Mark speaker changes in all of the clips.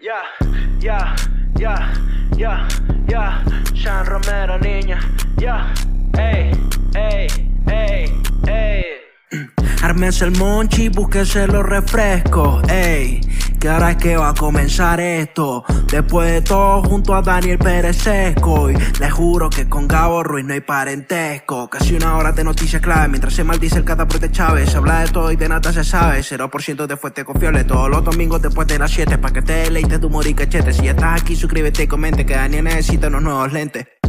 Speaker 1: Ya, ya, ya, ya, ya, Sean Romero, niña. Ya, ey, ey, ey, ey.
Speaker 2: Ármense el monchi, búsquese los refrescos, ey. Que ahora es que va a comenzar esto. Después de todo, junto a Daniel Pérez Sesco. Y les juro que con Gabo Ruiz no hay parentesco. Casi una hora de noticias clave mientras se maldice el cataprote Chávez. Se habla de todo y de nada se sabe. 0% de fuerte confiable todos los domingos después de las 7. Pa' que te deleites tu humor y cachete. Si ya estás aquí, suscríbete y comente que Daniel necesita unos nuevos lentes.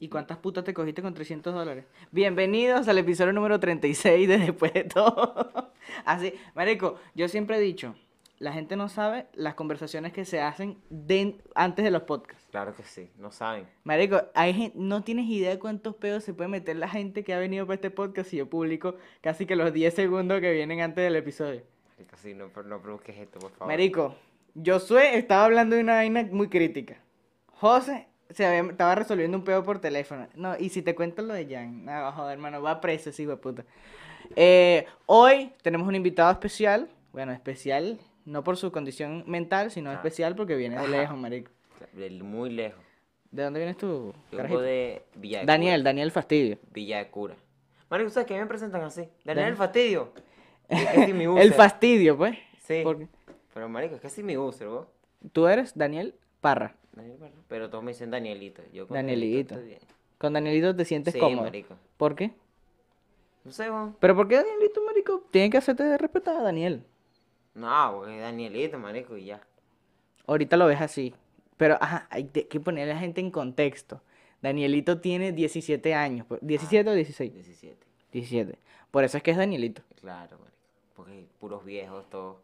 Speaker 3: ¿Y cuántas putas te cogiste con 300 dólares? Bienvenidos al episodio número 36 de Después de Todo. Así, Marico, yo siempre he dicho, la gente no sabe las conversaciones que se hacen den- antes de los podcasts.
Speaker 4: Claro que sí, no saben.
Speaker 3: Marico, hay gen- no tienes idea de cuántos pedos se puede meter la gente que ha venido para este podcast y yo publico casi que los 10 segundos que vienen antes del episodio.
Speaker 4: Marico, sí, no, pero no provoques esto, por favor.
Speaker 3: Marico, Josué estaba hablando de una vaina muy crítica. José se había- estaba resolviendo un pedo por teléfono. No, y si te cuento lo de Jan, no, joder, hermano, va preso ese hijo de puta. Eh, hoy tenemos un invitado especial, bueno, especial, no por su condición mental, sino
Speaker 4: Ah.
Speaker 3: especial porque viene de
Speaker 4: Ajá.
Speaker 3: lejos, marico.
Speaker 4: Del- Muy lejos.
Speaker 3: ¿De dónde vienes tú?
Speaker 4: Yo
Speaker 3: carajito?
Speaker 4: vengo de Villa de
Speaker 3: Daniel, Daniel Fastidio.
Speaker 4: Cura. Villa de Cura. Marico, ¿sabes qué me presentan así? Daniel
Speaker 3: Dani-
Speaker 4: el Fastidio. Es casi mi user.
Speaker 3: El fastidio, pues.
Speaker 4: Sí.
Speaker 3: Porque
Speaker 4: Pero, marico, es casi mi user, vos.
Speaker 3: tú eres Daniel Parra.
Speaker 4: Daniel, Barra. Pero todos me dicen Danielito. Yo con
Speaker 3: Danielito.
Speaker 4: estoy bien.
Speaker 3: Con Danielito te sientes
Speaker 4: Sí,
Speaker 3: cómodo.
Speaker 4: marico.
Speaker 3: ¿Por qué?
Speaker 4: No sé, vos.
Speaker 3: ¿Pero por qué Danielito, marico? Tienen que hacerte respetar a Daniel.
Speaker 4: No, porque es Danielito, marico, y ya.
Speaker 3: Ahorita lo ves así. Pero, ajá, hay te- que poner a la gente en contexto. Danielito tiene 17 años. pues, ¿17 o 16?
Speaker 4: 17.
Speaker 3: 17. Por eso es que es Danielito.
Speaker 4: Claro, marico. Porque hay puros viejos, todos.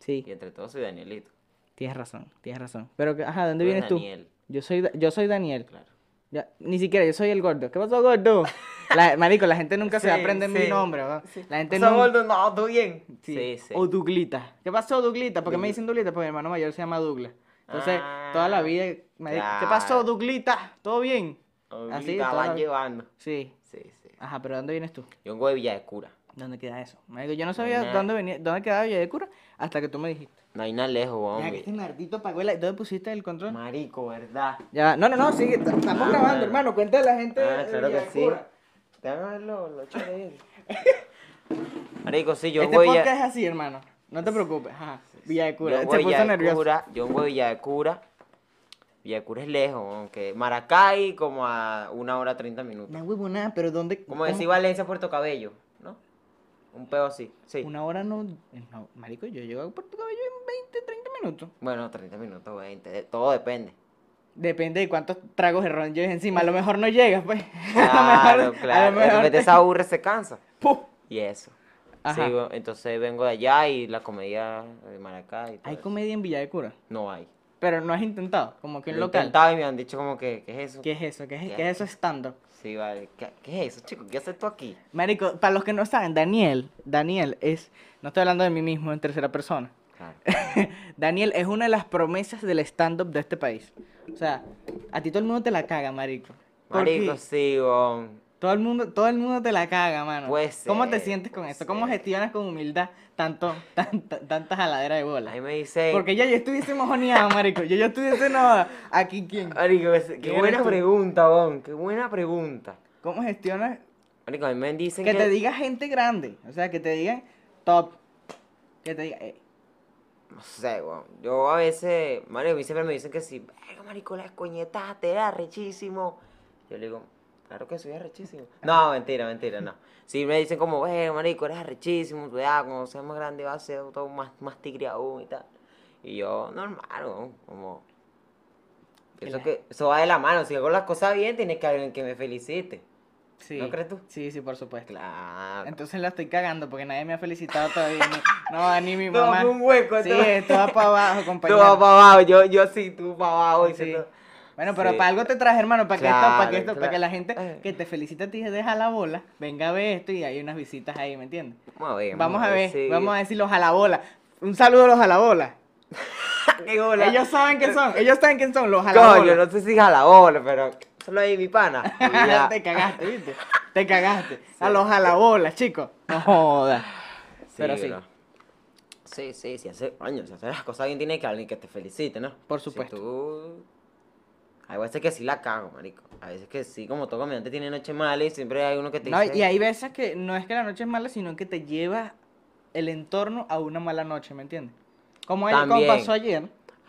Speaker 3: Sí,
Speaker 4: Y entre todos soy Danielito.
Speaker 3: tienes razón, tienes razón. Pero, que- ajá, ¿dónde
Speaker 4: Tú eres
Speaker 3: vienes tú?
Speaker 4: Daniel.
Speaker 3: Yo soy, Da- yo soy Daniel.
Speaker 4: Claro.
Speaker 3: Ya, ni siquiera, yo soy el gordo. ¿Qué pasó, gordo? La- marico, la gente nunca se va a
Speaker 4: Sí,
Speaker 3: aprender mi
Speaker 4: sí.
Speaker 3: nombre, ¿verdad? La gente
Speaker 4: no,
Speaker 3: nun-
Speaker 4: no, tú bien.
Speaker 3: Sí. O Duglita. ¿Qué pasó, Duglita? ¿Por qué me dicen Duglita? Porque mi hermano mayor se llama Douglas. Entonces, toda la
Speaker 4: Ah,
Speaker 3: vida me dicen, ¿qué
Speaker 4: claro.
Speaker 3: pasó, Duglita? ¿Todo bien?
Speaker 4: Así
Speaker 3: toda
Speaker 4: van
Speaker 3: la-
Speaker 4: llevando.
Speaker 3: Sí.
Speaker 4: Sí, sí.
Speaker 3: Ajá, pero ¿dónde vienes tú?
Speaker 4: Yo vengo de Villa de Cura.
Speaker 3: ¿Dónde queda eso? Marico, yo no sabía
Speaker 4: Nah.
Speaker 3: dónde venía, dónde quedaba Villa de Cura hasta que tú me dijiste.
Speaker 4: No hay nada lejos,
Speaker 3: Ya
Speaker 4: hombre.
Speaker 3: que este maldito pagó la... ¿Dónde pusiste el control?
Speaker 4: Marico, ¿verdad?
Speaker 3: Ya, no, no, no, sigue, t- estamos
Speaker 4: Ah,
Speaker 3: grabando,
Speaker 4: bueno.
Speaker 3: hermano. Cuéntale a la gente
Speaker 4: Ah,
Speaker 3: de
Speaker 4: claro
Speaker 3: Villa
Speaker 4: que
Speaker 3: de
Speaker 4: sí.
Speaker 3: Cura.
Speaker 4: Déjame verlo, lo echo de él. Marico, sí, yo
Speaker 3: Este
Speaker 4: voy
Speaker 3: podcast
Speaker 4: a...
Speaker 3: es así, hermano. No te preocupes. Ajá. Villa de
Speaker 4: Yo
Speaker 3: Cura. Se
Speaker 4: voy a Villa
Speaker 3: puso
Speaker 4: de
Speaker 3: nervioso.
Speaker 4: Cura, Yo voy a Villa de Cura. Villa de Cura es lejos, aunque Maracay como a una hora treinta minutos.
Speaker 3: Una huevonada, pero ¿dónde?
Speaker 4: Como
Speaker 3: cómo-
Speaker 4: decir Valencia, Puerto Cabello, ¿no? Un pedo así, sí.
Speaker 3: Una hora no, eh, no, Marico, yo llego a Puerto Cabello en 20, 30 minutos.
Speaker 4: Bueno, 30 minutos, 20, de- todo depende.
Speaker 3: Depende de cuántos tragos de ron lleves encima. A lo mejor no llegas, pues. a
Speaker 4: Claro,
Speaker 3: lo mejor,
Speaker 4: claro.
Speaker 3: A lo
Speaker 4: De
Speaker 3: mejor
Speaker 4: repente
Speaker 3: te-
Speaker 4: se aburre, se cansa.
Speaker 3: ¡Puf!
Speaker 4: Y eso.
Speaker 3: Ajá.
Speaker 4: Sí, bueno, entonces vengo de allá y la comedia de Maracay. y todo
Speaker 3: Hay
Speaker 4: eso.
Speaker 3: comedia en Villa de Cura.
Speaker 4: No hay.
Speaker 3: Pero no has intentado, como que un
Speaker 4: Lo he
Speaker 3: local.
Speaker 4: intentado y me han dicho como que, ¿qué es eso?
Speaker 3: ¿Qué es eso? ¿Qué es,
Speaker 4: ¿Qué?
Speaker 3: qué es eso stand-up?
Speaker 4: Sí, vale. ¿Qué, qué es eso, chico? ¿Qué haces tú aquí?
Speaker 3: Marico, para los que no saben, Daniel, Daniel es, no estoy hablando de mí mismo en tercera persona.
Speaker 4: Claro.
Speaker 3: Daniel es una de las promesas del stand-up de este país. O sea, a ti todo el mundo te la caga, marico. ¿Por qué?
Speaker 4: Marico, sí, bon.
Speaker 3: Todo el mundo, todo el mundo te la caga, mano.
Speaker 4: Puede
Speaker 3: ¿Cómo te
Speaker 4: ser,
Speaker 3: sientes con
Speaker 4: puede
Speaker 3: esto? ¿Cómo
Speaker 4: ser.
Speaker 3: gestionas con humildad tanto, tanta, tanta jaladera de bola?
Speaker 4: Ahí me dice.
Speaker 3: Porque yo, yo estuviese mojoneado, marico. Yo, yo estuviese no, aquí quién.
Speaker 4: Marico, es- qué
Speaker 3: ¿Quién eres
Speaker 4: buena
Speaker 3: tú?
Speaker 4: pregunta, bon. Qué buena pregunta.
Speaker 3: ¿Cómo gestionas?
Speaker 4: Marico, a mí me dicen
Speaker 3: Que te diga gente grande. O sea, que te digan top. Que te diga, eh,
Speaker 4: No sé, weón. Yo a veces, Mario, a mí siempre me dicen que sí, "Verga, marico, la escoñetaste, era rechísimo. Yo le digo, claro que soy rechísimo. No, mentira, mentira, no. Sí, me dicen como, bueno, marico, eres rechísimo, cuidado, cuando seas más grande vas a ser todo más, más tigre aún y tal. Y yo, normal, weón, como... Eso,
Speaker 3: la-
Speaker 4: que, eso va de la mano, si hago las cosas bien, tienes que haber alguien que me felicite.
Speaker 3: Sí.
Speaker 4: ¿No crees tú?
Speaker 3: Sí, sí, por supuesto.
Speaker 4: Claro.
Speaker 3: Entonces la estoy cagando porque nadie me ha felicitado todavía. ni- no, ni mi
Speaker 4: No,
Speaker 3: mamá.
Speaker 4: fue un hueco,
Speaker 3: Sí,
Speaker 4: todo.
Speaker 3: esto va para abajo,
Speaker 4: tú
Speaker 3: compañero.
Speaker 4: vas para abajo, yo, yo sí, tú para abajo.
Speaker 3: Sí.
Speaker 4: diciendo-
Speaker 3: Bueno, pero
Speaker 4: Sí.
Speaker 3: para algo te traje, hermano, para que esto, para
Speaker 4: Claro,
Speaker 3: que esto, para
Speaker 4: claro.
Speaker 3: que la gente
Speaker 4: Eh.
Speaker 3: que te felicita a ti deja la bola, venga a ver esto y hay unas visitas ahí, ¿me entiendes?
Speaker 4: Vamos a ver.
Speaker 3: Vamos a ver,
Speaker 4: sí.
Speaker 3: vamos a ver si los jalabola. Un saludo a los jalabola.
Speaker 4: ¿Qué bola?
Speaker 3: Ellos saben quién son, ellos saben quién son, los
Speaker 4: Coño,
Speaker 3: jalabola.
Speaker 4: no sé si jalabola, pero solo ahí mi pana. Y ya.
Speaker 3: te cagaste, ¿viste? Te cagaste. A los jalabola, chicos. No jodas. Pero sí.
Speaker 4: bro. Sí, sí, si hace, coño, si hace las cosas bien tiene que alguien que te felicite, ¿no?
Speaker 3: Por
Speaker 4: Si
Speaker 3: supuesto.
Speaker 4: tú- Hay veces que sí la cago, marico. A veces que sí, como todo comediante tiene noche mala y siempre hay uno que te
Speaker 3: No,
Speaker 4: dice...
Speaker 3: y hay veces que no es que la noche es mala, sino que te lleva el entorno a una mala noche, ¿me entiendes? Como, el- como
Speaker 4: También.
Speaker 3: pasó ayer.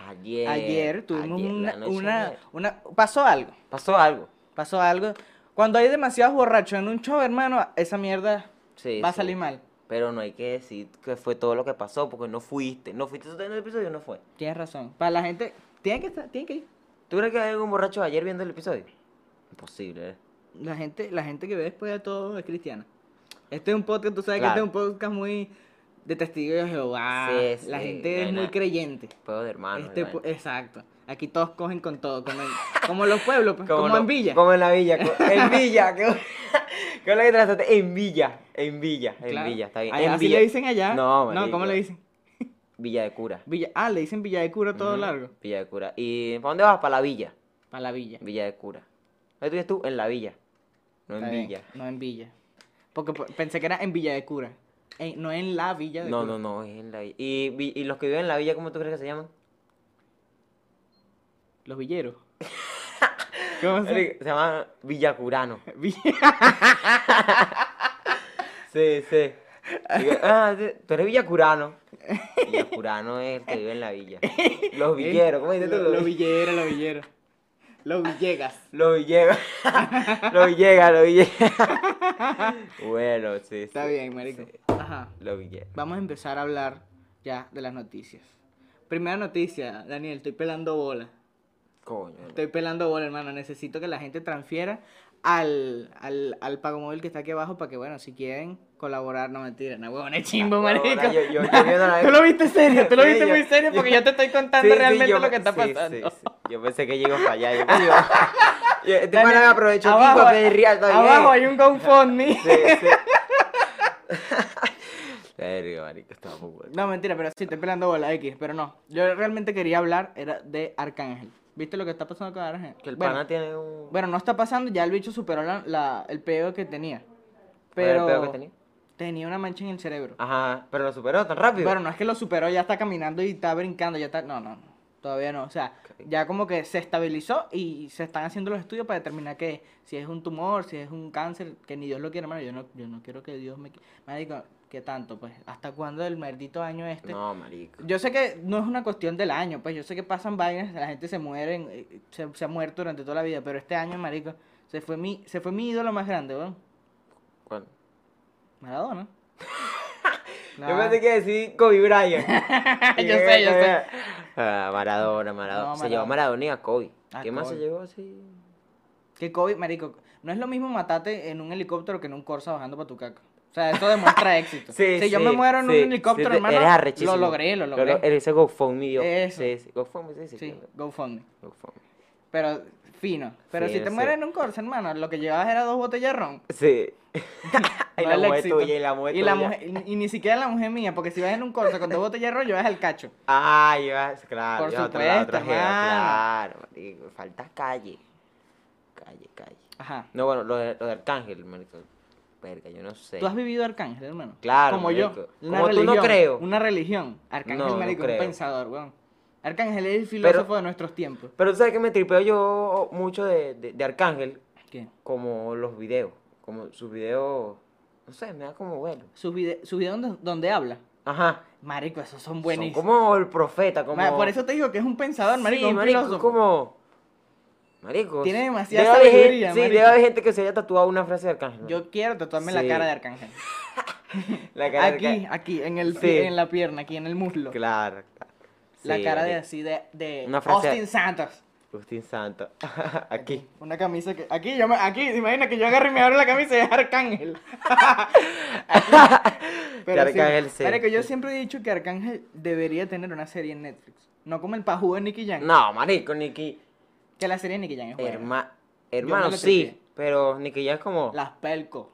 Speaker 4: Ayer.
Speaker 3: Ayer tuvimos
Speaker 4: ayer, la
Speaker 3: una,
Speaker 4: noche
Speaker 3: una,
Speaker 4: ayer.
Speaker 3: una- Pasó algo,
Speaker 4: Pasó algo.
Speaker 3: pasó algo. Cuando hay demasiados borrachos en un show, hermano, esa mierda
Speaker 4: Sí,
Speaker 3: va a
Speaker 4: sí.
Speaker 3: salir mal.
Speaker 4: Pero no hay que decir que fue todo lo que pasó, porque no fuiste. No fuiste, tú en el episodio no fue.
Speaker 3: Tienes razón. Para la gente, tienen que, estar- tienen que ir.
Speaker 4: ¿Tú crees que hay algún borracho ayer viendo el episodio? Imposible, ¿eh?
Speaker 3: La gente, la gente que ve después de todo es cristiana. Este es un podcast, tú sabes que
Speaker 4: Claro.
Speaker 3: este es un podcast muy de testigo de Jehová.
Speaker 4: Sí,
Speaker 3: la
Speaker 4: sí,
Speaker 3: gente es
Speaker 4: vaina.
Speaker 3: muy creyente.
Speaker 4: Juego de hermanos.
Speaker 3: Este
Speaker 4: y vaina.
Speaker 3: pu- exacto. Aquí todos cogen con todo, como, en, como los pueblos, pues, como,
Speaker 4: no-
Speaker 3: en Villa.
Speaker 4: Como en la villa. co- En Villa. ¿Qué qué es lo que trataste? En Villa. En Villa. En
Speaker 3: Claro.
Speaker 4: Villa. Está bien.
Speaker 3: Allá,
Speaker 4: en
Speaker 3: así
Speaker 4: Villa.
Speaker 3: le dicen allá.
Speaker 4: No,
Speaker 3: no, ¿cómo
Speaker 4: marico.
Speaker 3: le dicen?
Speaker 4: Villa de cura.
Speaker 3: Villa, ah, le dicen Villa de Cura todo
Speaker 4: Ujú,
Speaker 3: largo.
Speaker 4: Villa de cura. ¿Y para dónde vas? Para la villa.
Speaker 3: Para la villa.
Speaker 4: Villa de cura. ¿Dónde vives tú? En la villa. No en
Speaker 3: Está bien,
Speaker 4: Villa.
Speaker 3: No en Villa. Porque po- pensé que era en Villa de Cura. En- no en la Villa de
Speaker 4: No,
Speaker 3: Cura.
Speaker 4: no, no, es en la villa. ¿Y, vi- y los que viven en la villa, cómo tú crees que se llaman?
Speaker 3: Los villeros. ¿Cómo se
Speaker 4: Se llaman Villacurano.
Speaker 3: Villa-
Speaker 4: Sí, sí. Digo, ah, sí, tú eres Villacurano. Villacurano es el que vive en la villa. Los villeros, ¿cómo dices tú?
Speaker 3: Los los villeros, los villeros. Los villegas.
Speaker 4: Lo Villegas. lo Villegas, lo Villegas. bueno, sí.
Speaker 3: Está
Speaker 4: sí,
Speaker 3: bien, marico.
Speaker 4: sí.
Speaker 3: Ajá.
Speaker 4: Lo Villegas.
Speaker 3: Vamos a empezar a hablar ya de las noticias. Primera noticia, Daniel, estoy pelando bola.
Speaker 4: Coño. no.
Speaker 3: Estoy pelando bola, hermano. Necesito que la gente transfiera al, al, al pago móvil que está aquí abajo para que, bueno, si quieren colaborar, no mentira. No, huevón, es chimbo,
Speaker 4: Ahora,
Speaker 3: marico.
Speaker 4: Ah, yo- yo- yo viendo la-
Speaker 3: Tú lo viste serio, tú lo
Speaker 4: Sí,
Speaker 3: viste
Speaker 4: yo-
Speaker 3: muy serio porque
Speaker 4: yo-
Speaker 3: yo te estoy
Speaker 4: Sí,
Speaker 3: contando
Speaker 4: sí,
Speaker 3: realmente
Speaker 4: yo
Speaker 3: lo
Speaker 4: pe-
Speaker 3: que está
Speaker 4: sí, sí,
Speaker 3: pasando.
Speaker 4: sí. Yo pensé que llegó para allá. Yo pensé, yo- este pana me
Speaker 3: Daniel,
Speaker 4: aprovechó aquí
Speaker 3: abajo,
Speaker 4: para pedir real también.
Speaker 3: abajo hay un GoFundMe.
Speaker 4: Sí, sí. Serio, marico, estaba muy bueno.
Speaker 3: No, mentira, pero sí, estoy pelando bola X, pero no. Yo realmente quería hablar era de Arcángel. ¿Viste lo que está pasando con Arcángel?
Speaker 4: Que el
Speaker 3: Bueno,
Speaker 4: pana tiene un.
Speaker 3: Bueno, no está pasando, ya el bicho superó la, la- el pedo que tenía.
Speaker 4: ¿Cuál era el
Speaker 3: Pero
Speaker 4: pedo que tenía?
Speaker 3: tenía una mancha en el cerebro.
Speaker 4: Ajá, pero lo superó tan rápido.
Speaker 3: Bueno, no es que lo superó, ya está caminando y está brincando, ya está... No, no, no, todavía no. O sea,
Speaker 4: Ok.
Speaker 3: ya como que se estabilizó y se están haciendo los estudios para determinar que si es un tumor, si es un cáncer, que ni Dios lo quiera, hermano. Yo no, yo no quiero que Dios me... qui- Marico, ¿qué tanto? Pues, ¿hasta cuándo el maldito año este?
Speaker 4: No, marico.
Speaker 3: Yo sé que no es una cuestión del año, pues yo sé que pasan vainas, la gente se muere, eh, se, se ha muerto durante toda la vida, pero este año, marico, se fue mi, se fue mi ídolo más grande, weón.
Speaker 4: Bueno.
Speaker 3: Maradona.
Speaker 4: Yo pensé que decir Kobe Bryant.
Speaker 3: Yo sé, yo sé.
Speaker 4: Ah, Maradona, Maradona.
Speaker 3: No,
Speaker 4: Se llevó a
Speaker 3: Maradona.
Speaker 4: Maradona y a Kobe.
Speaker 3: A
Speaker 4: ¿Qué más se
Speaker 3: Kobe.
Speaker 4: llevó así?
Speaker 3: Que Kobe, marico, no es lo mismo matarte en un helicóptero que en un Corsa bajando para tu caca. O sea, eso demuestra éxito.
Speaker 4: Sí,
Speaker 3: si yo me
Speaker 4: sí,
Speaker 3: muero en
Speaker 4: sí,
Speaker 3: un helicóptero,
Speaker 4: sí, te-
Speaker 3: hermano,
Speaker 4: eres arrechísimo.
Speaker 3: lo logré, lo logré.
Speaker 4: Ese GoFundMe dio.
Speaker 3: Eso.
Speaker 4: Sí, sí, GoFundMe, sí, sí.
Speaker 3: sí,
Speaker 4: claro,
Speaker 3: GoFundMe.
Speaker 4: GoFundMe.
Speaker 3: Pero fino. Pero si
Speaker 4: Fino,
Speaker 3: te
Speaker 4: sí.
Speaker 3: mueres en un Corsa, hermano, lo que llevabas era dos botellas de ron.
Speaker 4: Sí. y
Speaker 3: No
Speaker 4: la
Speaker 3: el
Speaker 4: mujer
Speaker 3: éxito.
Speaker 4: tuya, y la mujer
Speaker 3: Y la
Speaker 4: tuya.
Speaker 3: mujer- y- y ni siquiera la mujer mía, porque si vas en un corte con dos botellas de rollo, vas al cacho.
Speaker 4: Ay, vas, claro.
Speaker 3: Por
Speaker 4: ibas a otro lado, otra
Speaker 3: supuesto,
Speaker 4: jeva,
Speaker 3: hermano.
Speaker 4: Claro, marico, Falta calle. Calle, calle.
Speaker 3: Ajá.
Speaker 4: No, bueno, lo de, lo de Arcángel, marico. Verga, yo no sé.
Speaker 3: Tú has vivido Arcángel, hermano.
Speaker 4: Claro,
Speaker 3: Como yo.
Speaker 4: marico.
Speaker 3: Una
Speaker 4: Como tú, no
Speaker 3: religión,
Speaker 4: creo.
Speaker 3: Una religión. Arcángel,
Speaker 4: No, no
Speaker 3: marico, un
Speaker 4: creo.
Speaker 3: pensador, weón. Arcángel es el filósofo de nuestros tiempos.
Speaker 4: Pero tú sabes que me tripeo yo mucho de, de, de Arcángel,
Speaker 3: ¿Qué?
Speaker 4: como los videos, como sus videos, no sé, me da como bueno.
Speaker 3: Sus videos donde, donde habla.
Speaker 4: Ajá.
Speaker 3: Marico, esos son
Speaker 4: son
Speaker 3: buenísimos.
Speaker 4: como el profeta, como...
Speaker 3: Ma- Por eso te digo que es un pensador, marico,
Speaker 4: sí,
Speaker 3: un
Speaker 4: marico, es
Speaker 3: filósofo.
Speaker 4: como... Marico.
Speaker 3: Tiene
Speaker 4: sí.
Speaker 3: demasiada
Speaker 4: Debe haber gen-
Speaker 3: sabiduría,
Speaker 4: Sí,
Speaker 3: marico.
Speaker 4: debe haber gente que se haya tatuado una frase de Arcángel.
Speaker 3: Yo quiero tatuarme la
Speaker 4: Sí.
Speaker 3: cara de Arcángel.
Speaker 4: La cara de
Speaker 3: Aquí,
Speaker 4: Arcángel.
Speaker 3: aquí, en, el,
Speaker 4: Sí.
Speaker 3: pie- en la pierna, aquí en el muslo.
Speaker 4: Claro, claro.
Speaker 3: La
Speaker 4: Sí,
Speaker 3: cara de
Speaker 4: marico.
Speaker 3: así de, de
Speaker 4: Una frase-
Speaker 3: Austin Santos.
Speaker 4: Agustín Santo. Aquí.
Speaker 3: Una camisa que. Aquí, yo me- aquí, imagina que yo agarro y me abro la camisa y es Arcángel.
Speaker 4: Que Arcángel se-
Speaker 3: Marico, yo siempre he dicho que Arcángel debería tener una serie en Netflix. No como el pajudo de Nicky Jam.
Speaker 4: No, marico, Nicky.
Speaker 3: Que la serie de Nicky Jam es buena.
Speaker 4: Herma-
Speaker 3: Yo
Speaker 4: hermano,
Speaker 3: me la
Speaker 4: sí.
Speaker 3: tripié.
Speaker 4: Pero Nicky ya es como.
Speaker 3: Las pelco.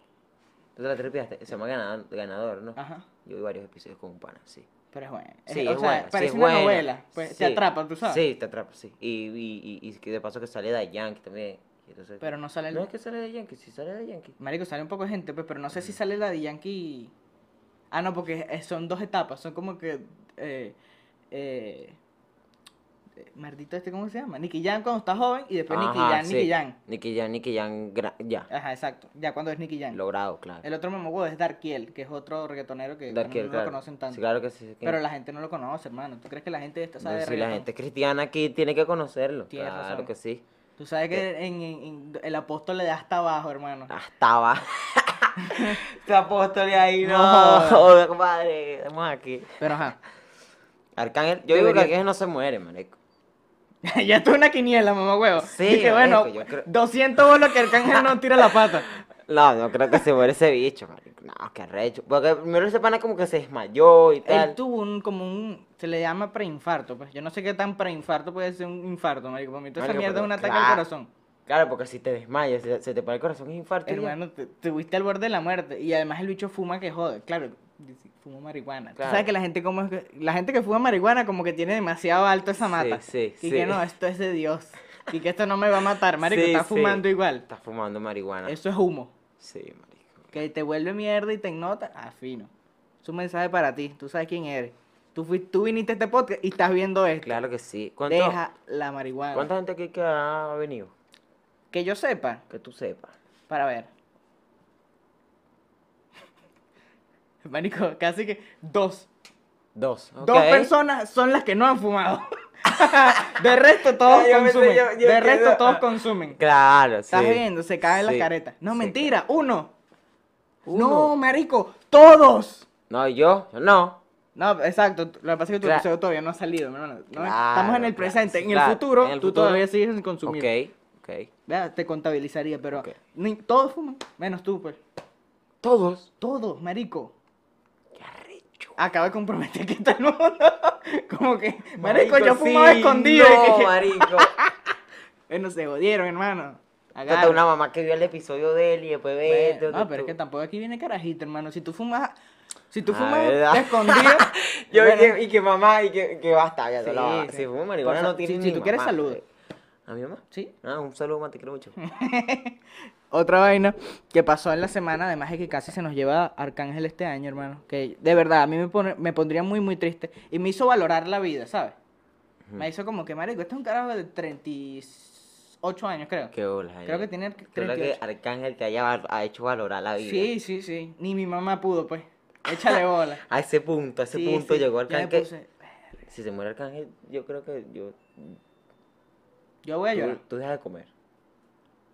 Speaker 4: Tú te la tripiaste. Se llama ganador, ganador ¿no?
Speaker 3: Ajá.
Speaker 4: Yo vi varios episodios con un pana, sí.
Speaker 3: Pero es buena.
Speaker 4: Sí,
Speaker 3: Es-
Speaker 4: es
Speaker 3: o sea,
Speaker 4: buena, sí,
Speaker 3: parece
Speaker 4: es
Speaker 3: una
Speaker 4: buena.
Speaker 3: novela. Pues, Te
Speaker 4: Sí.
Speaker 3: atrapa, tú sabes.
Speaker 4: Sí, te atrapa, sí. Y, y, y, y que de paso que sale de Yankee también. y entonces-
Speaker 3: Pero no sale el.
Speaker 4: No es que sale de Yankee, sí sale de Yankee.
Speaker 3: Marico, sale un poco de gente, pues, pero no sé
Speaker 4: Mm.
Speaker 3: si sale la de Yankee. Ah, no, porque eh, son dos etapas. Son como que. Eh, eh, eh, maldito este, ¿cómo se llama? Nicky Jam cuando está joven y después Nicky
Speaker 4: Ajá,
Speaker 3: Jam,
Speaker 4: sí.
Speaker 3: Nicky Jam.
Speaker 4: Nicky Jam, Nicky Jam, gra- ya.
Speaker 3: Ajá, exacto. Ya cuando es Nicky Jam.
Speaker 4: Logrado, claro.
Speaker 3: El otro memo es Darkiel, que es otro reggaetonero que bueno,
Speaker 4: Darkiel,
Speaker 3: no
Speaker 4: claro.
Speaker 3: lo conocen tanto.
Speaker 4: Sí, claro que sí. que-
Speaker 3: Pero la gente no lo conoce, hermano. ¿Tú crees que la gente esta
Speaker 4: no,
Speaker 3: sabe de
Speaker 4: sí, la
Speaker 3: reggaetón?
Speaker 4: gente cristiana aquí tiene que conocerlo.
Speaker 3: Tienes
Speaker 4: claro
Speaker 3: razón.
Speaker 4: que sí.
Speaker 3: Tú sabes que en, en- en- el apóstol le da hasta abajo, hermano.
Speaker 4: Hasta abajo. Te apóstole ahí, no.
Speaker 3: No.
Speaker 4: joder, compadre, estamos aquí.
Speaker 3: Pero ajá.
Speaker 4: Arcángel, yo digo que
Speaker 3: Debería-
Speaker 4: Arcángel no se muere, marico.
Speaker 3: ya esto es una quiniela, mamá huevo.
Speaker 4: Sí,
Speaker 3: Dije, bueno,
Speaker 4: marico, yo creo-
Speaker 3: 200 bolos que Arcángel no tira la pata.
Speaker 4: No, no creo que se muere ese bicho, marico. No, qué recho. Porque primero ese pana como que se desmayó y
Speaker 3: Él
Speaker 4: tal.
Speaker 3: tuvo un, como un, se le llama preinfarto, pues. Yo no sé qué tan preinfarto puede ser un infarto, marico. Para mí toda esa
Speaker 4: Marico,
Speaker 3: mierda es un
Speaker 4: pero
Speaker 3: ataque al
Speaker 4: claro.
Speaker 3: corazón.
Speaker 4: Claro, porque si te desmayas, se, se te para el corazón, es infarto. y ya.
Speaker 3: Hermano, te, te fuiste al borde de la muerte. Y además el bicho fuma que jode. Claro, dice, fumo marihuana. Tú
Speaker 4: Claro.
Speaker 3: sabes que la gente como es que- la gente que fuma marihuana como que tiene demasiado alto esa
Speaker 4: Sí,
Speaker 3: mata.
Speaker 4: sí,
Speaker 3: y
Speaker 4: sí.
Speaker 3: que no, esto es de Dios. Y que esto no me va a matar, marico,
Speaker 4: Sí,
Speaker 3: estás
Speaker 4: sí. Ah.
Speaker 3: fumando igual.
Speaker 4: Estás fumando marihuana.
Speaker 3: Eso es humo.
Speaker 4: Sí, marico.
Speaker 3: Que te vuelve mierda y te nota. Ah, fino. Es un mensaje para ti. Tú sabes quién eres. Tú, fui- tú viniste a este podcast y estás viendo esto.
Speaker 4: Claro que sí. ¿Cuánto-
Speaker 3: Deja la marihuana.
Speaker 4: ¿Cuánta gente aquí que ha venido?
Speaker 3: Que yo sepa,
Speaker 4: Que tú sepas.
Speaker 3: para ver. Marico, casi que dos.
Speaker 4: Dos.
Speaker 3: Dos personas son las que no han fumado. De resto todos
Speaker 4: Ah, yo pensé-
Speaker 3: consumen.
Speaker 4: yo- yo
Speaker 3: De
Speaker 4: que
Speaker 3: resto
Speaker 4: no.
Speaker 3: todos consumen.
Speaker 4: Claro, sí.
Speaker 3: Estás viendo, se caen las
Speaker 4: Sí,
Speaker 3: caretas. No,
Speaker 4: sí,
Speaker 3: mentira, uno.
Speaker 4: Uno.
Speaker 3: No, marico, todos.
Speaker 4: No, ¿y yo, yo no.
Speaker 3: No, exacto. Lo que pasa es que tu
Speaker 4: Cla-
Speaker 3: episodio todavía no ha salido, mi hermano. No,
Speaker 4: Claro,
Speaker 3: Estamos en el
Speaker 4: claro,
Speaker 3: presente.
Speaker 4: sí,
Speaker 3: en, el
Speaker 4: claro.
Speaker 3: futuro,
Speaker 4: En el
Speaker 3: tú
Speaker 4: futuro.
Speaker 3: todavía sigues sin consumir.
Speaker 4: Ok, ok.
Speaker 3: Vea, te contabilizaría, pero
Speaker 4: Ok.
Speaker 3: ni- todos fuman, menos tú, pues.
Speaker 4: Todos.
Speaker 3: Todos, marico.
Speaker 4: Qué arrecho.
Speaker 3: Acabo de comprometer que todo el mundo. Como que, marico, yo
Speaker 4: sí,
Speaker 3: fumaba escondido. y
Speaker 4: No,
Speaker 3: que-
Speaker 4: marico.
Speaker 3: Bueno, se jodieron, hermano.
Speaker 4: Esta
Speaker 3: Agarra.
Speaker 4: es una mamá que vio el episodio de él y después
Speaker 3: Bueno,
Speaker 4: ve este,
Speaker 3: no,
Speaker 4: otro,
Speaker 3: pero es
Speaker 4: tú.
Speaker 3: que tampoco aquí viene carajito, hermano. Si tú fumas, si tú
Speaker 4: Ah,
Speaker 3: fumas
Speaker 4: ¿verdad?
Speaker 3: escondido,
Speaker 4: Yo,
Speaker 3: bueno,
Speaker 4: y, que, y que mamá, y que, que basta, ya
Speaker 3: Sí,
Speaker 4: te lo va.
Speaker 3: sí.
Speaker 4: Si fumas marihuana
Speaker 3: Por fa-
Speaker 4: no tienes
Speaker 3: si-
Speaker 4: ni
Speaker 3: si tú quieres,
Speaker 4: mamá.
Speaker 3: saluda.
Speaker 4: ¿A mi mamá?
Speaker 3: sí.
Speaker 4: Ah, un saludo, mamá, te quiero mucho.
Speaker 3: Otra vaina que pasó en la semana, además es que casi se nos lleva Arcángel este año, hermano. Que de verdad, a mí me, pone- me pondría muy, muy triste. Y me hizo valorar la vida, ¿sabes? Me hizo como que, marico, este es un carajo de 38 años, creo.
Speaker 4: Qué hola.
Speaker 3: Creo que tiene
Speaker 4: Creo que
Speaker 3: 38.
Speaker 4: Arcángel te haya val- ha hecho valorar la vida.
Speaker 3: Sí, sí, sí. Ni mi mamá pudo, pues. Échale bola.
Speaker 4: A ese punto, a ese
Speaker 3: Sí,
Speaker 4: punto
Speaker 3: sí.
Speaker 4: llegó
Speaker 3: Yo me
Speaker 4: Arcángel.
Speaker 3: puse,
Speaker 4: Si se muere Arcángel, yo creo que yo.
Speaker 3: Yo voy a
Speaker 4: Tú,
Speaker 3: llorar
Speaker 4: tú dejas de comer.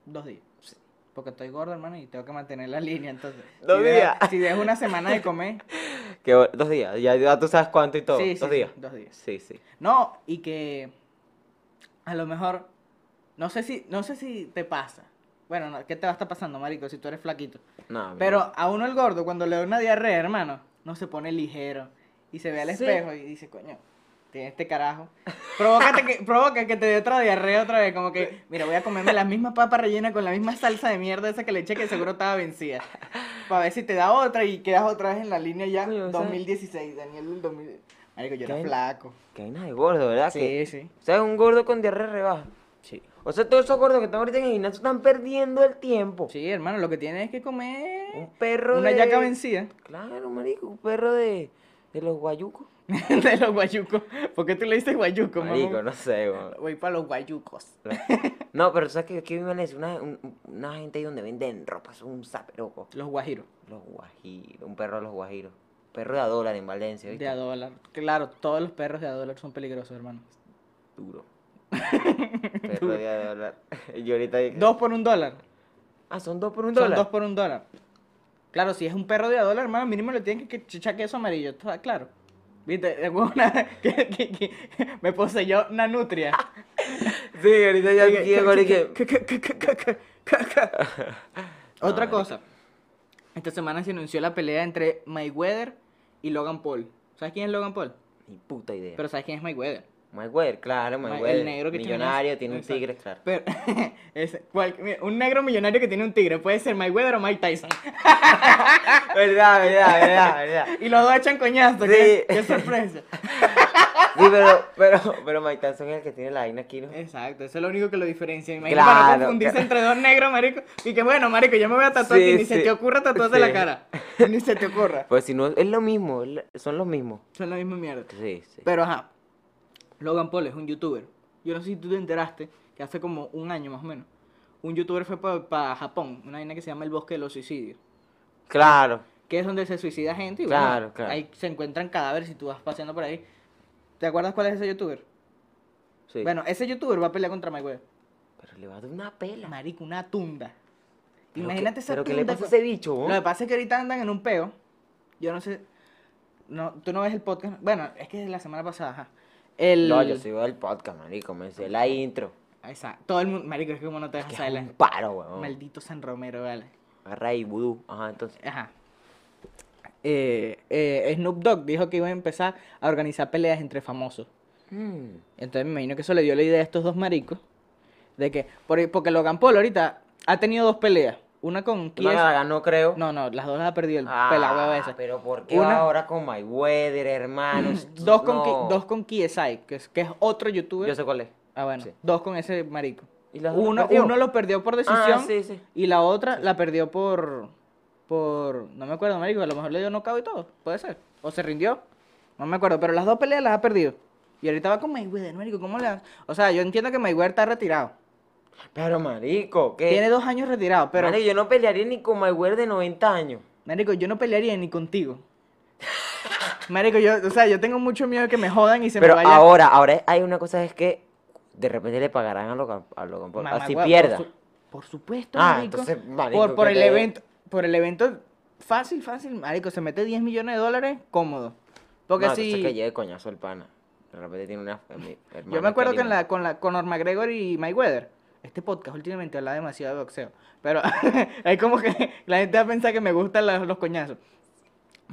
Speaker 3: dos días. Porque estoy gordo, hermano, y tengo que mantener la línea, entonces.
Speaker 4: Dos
Speaker 3: si dejo-
Speaker 4: días.
Speaker 3: si dejo una semana de comer,
Speaker 4: Que bo- dos días, ya, ya tú sabes cuánto y todo.
Speaker 3: Sí, sí,
Speaker 4: dos
Speaker 3: sí,
Speaker 4: días.
Speaker 3: dos días.
Speaker 4: Sí, sí.
Speaker 3: No, y que a lo mejor, no sé si, no sé si te pasa. Bueno, no, ¿qué te va a estar pasando, marico, si tú eres flaquito?
Speaker 4: No, mi
Speaker 3: Pero a uno el gordo, cuando le da una diarrea, hermano, no se pone ligero. Y se ve al
Speaker 4: Sí.
Speaker 3: espejo y dice, coño, tiene este carajo. Provócate que, provoca que te dé otra diarrea otra vez. Como que, mira, voy a comerme la misma papa rellena con la misma salsa de mierda esa que le eché que seguro estaba vencida. Para ver si te da otra y quedas otra vez en la línea ya.
Speaker 4: Coño, ¿sabes?
Speaker 3: 2016, Daniel del 2000. Marico, yo era
Speaker 4: ¿Qué?
Speaker 3: flaco.
Speaker 4: Que hay nada de gordo, ¿verdad?
Speaker 3: Sí,
Speaker 4: Que-
Speaker 3: sí.
Speaker 4: O sea, un gordo con diarrea rebaja. Sí. O sea, todos esos gordos que están ahorita en el gimnasio están perdiendo el tiempo.
Speaker 3: Sí, hermano, lo que tienes es que comer
Speaker 4: Un perro
Speaker 3: una
Speaker 4: de...
Speaker 3: yaca vencida
Speaker 4: Claro, marico, un perro de, de los guayucos.
Speaker 3: de los guayucos. ¿Por qué tú le dices guayuco, mamón?
Speaker 4: Marico, no sé, weón.
Speaker 3: Voy para los guayucos.
Speaker 4: No, pero sabes que aquí en Venecia una, un- una gente ahí donde venden ropa, son un zaperoco.
Speaker 3: Los guajiros.
Speaker 4: Los guajiros, un perro de los guajiros. Perro de a dólar en Valencia, ¿viste?
Speaker 3: De a dólar. Claro, todos los perros de a dólar son peligrosos, hermano.
Speaker 4: Duro. perro de a dólar. Yo ahorita dije-
Speaker 3: Dos por un dólar.
Speaker 4: Ah, son dos por un
Speaker 3: Son
Speaker 4: dólar.
Speaker 3: dos por un dólar. Claro, si es un perro de a dólar, hermano, mínimo le tienen que chichar queso amarillo. Está claro. Viste, de huevona, que, que- que me poseyó una nutria.
Speaker 4: Sí, ahorita ya llego ahorita que-
Speaker 3: Otra
Speaker 4: marica.
Speaker 3: cosa. Esta semana se anunció la pelea entre Mayweather y Logan Paul. ¿Sabes quién es Logan Paul?
Speaker 4: Ni puta idea.
Speaker 3: Pero ¿sabes quién es Mayweather?
Speaker 4: Mayweather, claro,
Speaker 3: Ma-
Speaker 4: Mayweather.
Speaker 3: el negro que tiene
Speaker 4: millonario,
Speaker 3: unas-
Speaker 4: tiene,
Speaker 3: Exacto.
Speaker 4: un tigre, claro.
Speaker 3: Pero, es- cual- un negro millonario que tiene un tigre. Puede ser Mayweather o Mike Tyson.
Speaker 4: verdad, verdad, verdad, verdad.
Speaker 3: Y los dos echan coñazos. ¿Qué,
Speaker 4: Sí.
Speaker 3: qué sorpresa.
Speaker 4: Sí, pero, pero, pero Mike Tyson es el que tiene la vaina aquí, ¿no?
Speaker 3: Exacto, eso es lo único que lo diferencia. Imagínate para
Speaker 4: Claro,
Speaker 3: no confundirse
Speaker 4: claro.
Speaker 3: entre dos negros, marico. Y que bueno, marico, yo me voy a tatuar
Speaker 4: Sí,
Speaker 3: aquí. Ni se
Speaker 4: sí.
Speaker 3: te ocurra tatuarte
Speaker 4: Sí.
Speaker 3: la cara. Ni se te ocurra.
Speaker 4: Pues si no, es lo mismo, es la- son los mismos.
Speaker 3: Son la misma mierda.
Speaker 4: Sí, sí.
Speaker 3: Pero ajá, Logan Paul es un youtuber. Yo no sé si tú te enteraste que hace como un año más o menos. Un youtuber fue para Japón, una vaina que se llama el bosque de los suicidios.
Speaker 4: Claro.
Speaker 3: Que es donde se suicida gente y bueno,
Speaker 4: Claro, claro.
Speaker 3: ahí se encuentran cadáveres y tú vas paseando por ahí. ¿Te acuerdas cuál es ese youtuber?
Speaker 4: Sí.
Speaker 3: Bueno, ese youtuber va a pelear contra Mayweather.
Speaker 4: Pero le va a dar una pela.
Speaker 3: Marico, una tunda.
Speaker 4: Pero
Speaker 3: Imagínate
Speaker 4: qué-
Speaker 3: esa
Speaker 4: ¿Pero qué
Speaker 3: tunda.
Speaker 4: le pasa a
Speaker 3: co-
Speaker 4: ese bicho,
Speaker 3: Lo
Speaker 4: vos?
Speaker 3: que pasa es que ahorita andan en un peo. Yo no sé. No, tú no ves el podcast. Bueno, es que la semana pasada, ajá. El...
Speaker 4: No, yo sigo el podcast, marico. Me sé la intro.
Speaker 3: Exacto. Todo el mundo. Marico, es que como no te dejas
Speaker 4: Que
Speaker 3: saber
Speaker 4: es
Speaker 3: la-
Speaker 4: un paro, weón.
Speaker 3: Maldito San Romero, vale.
Speaker 4: Agarra y vudú. Ajá, entonces.
Speaker 3: Ajá. Eh, eh, Snoop Dogg dijo que iba a empezar a organizar peleas entre famosos.
Speaker 4: Mm.
Speaker 3: Entonces me imagino que eso le dio la idea a estos dos maricos. De que. por- Porque Logan Paul ahorita ha tenido dos peleas. Una con
Speaker 4: Una
Speaker 3: Kies.
Speaker 4: la ganó, creo.
Speaker 3: No, no, las dos las ha perdido el
Speaker 4: Ah,
Speaker 3: pelahuevo ese.
Speaker 4: Pero ¿por qué
Speaker 3: Una-
Speaker 4: ahora con Mayweather, hermanos?
Speaker 3: Dos con, Ki-
Speaker 4: No.
Speaker 3: dos con Kiesai, que es, que es otro youtuber.
Speaker 4: Yo sé cuál es.
Speaker 3: Ah, bueno.
Speaker 4: Sí.
Speaker 3: Dos con ese marico.
Speaker 4: ¿Y las dos las
Speaker 3: uno,
Speaker 4: perdió?
Speaker 3: uno lo perdió por decisión.
Speaker 4: Ah, sí, sí.
Speaker 3: Y la otra la perdió por. Por. No me acuerdo, marico. A lo mejor le dio knockout y todo. Puede ser. O se rindió. No me acuerdo. Pero las dos peleas las ha perdido. Y ahorita va con Mayweather, marico. ¿Cómo le va- O sea, yo entiendo que Mayweather está retirado.
Speaker 4: Pero, marico, ¿qué?
Speaker 3: Tiene dos años retirado, pero.
Speaker 4: Eh, Marico, yo no pelearía ni con Mayweather de 90 años.
Speaker 3: Marico, yo no pelearía ni contigo. Marico, yo, o sea, yo tengo mucho miedo de que me jodan y se
Speaker 4: Pero
Speaker 3: me vaya.
Speaker 4: ahora, ahora hay una cosa es que de repente le pagarán a Logan, a Logan Paul.
Speaker 3: Mamá,
Speaker 4: Así
Speaker 3: huevo,
Speaker 4: pierda.
Speaker 3: Por, su- por supuesto,
Speaker 4: Ah,
Speaker 3: marico.
Speaker 4: entonces, marico,
Speaker 3: por, por
Speaker 4: ¿qué
Speaker 3: el
Speaker 4: te-
Speaker 3: evento, por el evento fácil, fácil, marico, se mete 10 millones de dólares cómodo. Porque
Speaker 4: no, entonces
Speaker 3: si
Speaker 4: que lleve coñazo el pana. De repente tiene una mi hermana
Speaker 3: yo me acuerdo que en
Speaker 4: alimenta.
Speaker 3: la con la Conor McGregor y Mayweather, este podcast últimamente habla demasiado de boxeo, pero es como que la gente va a pensar que me gustan las- los coñazos.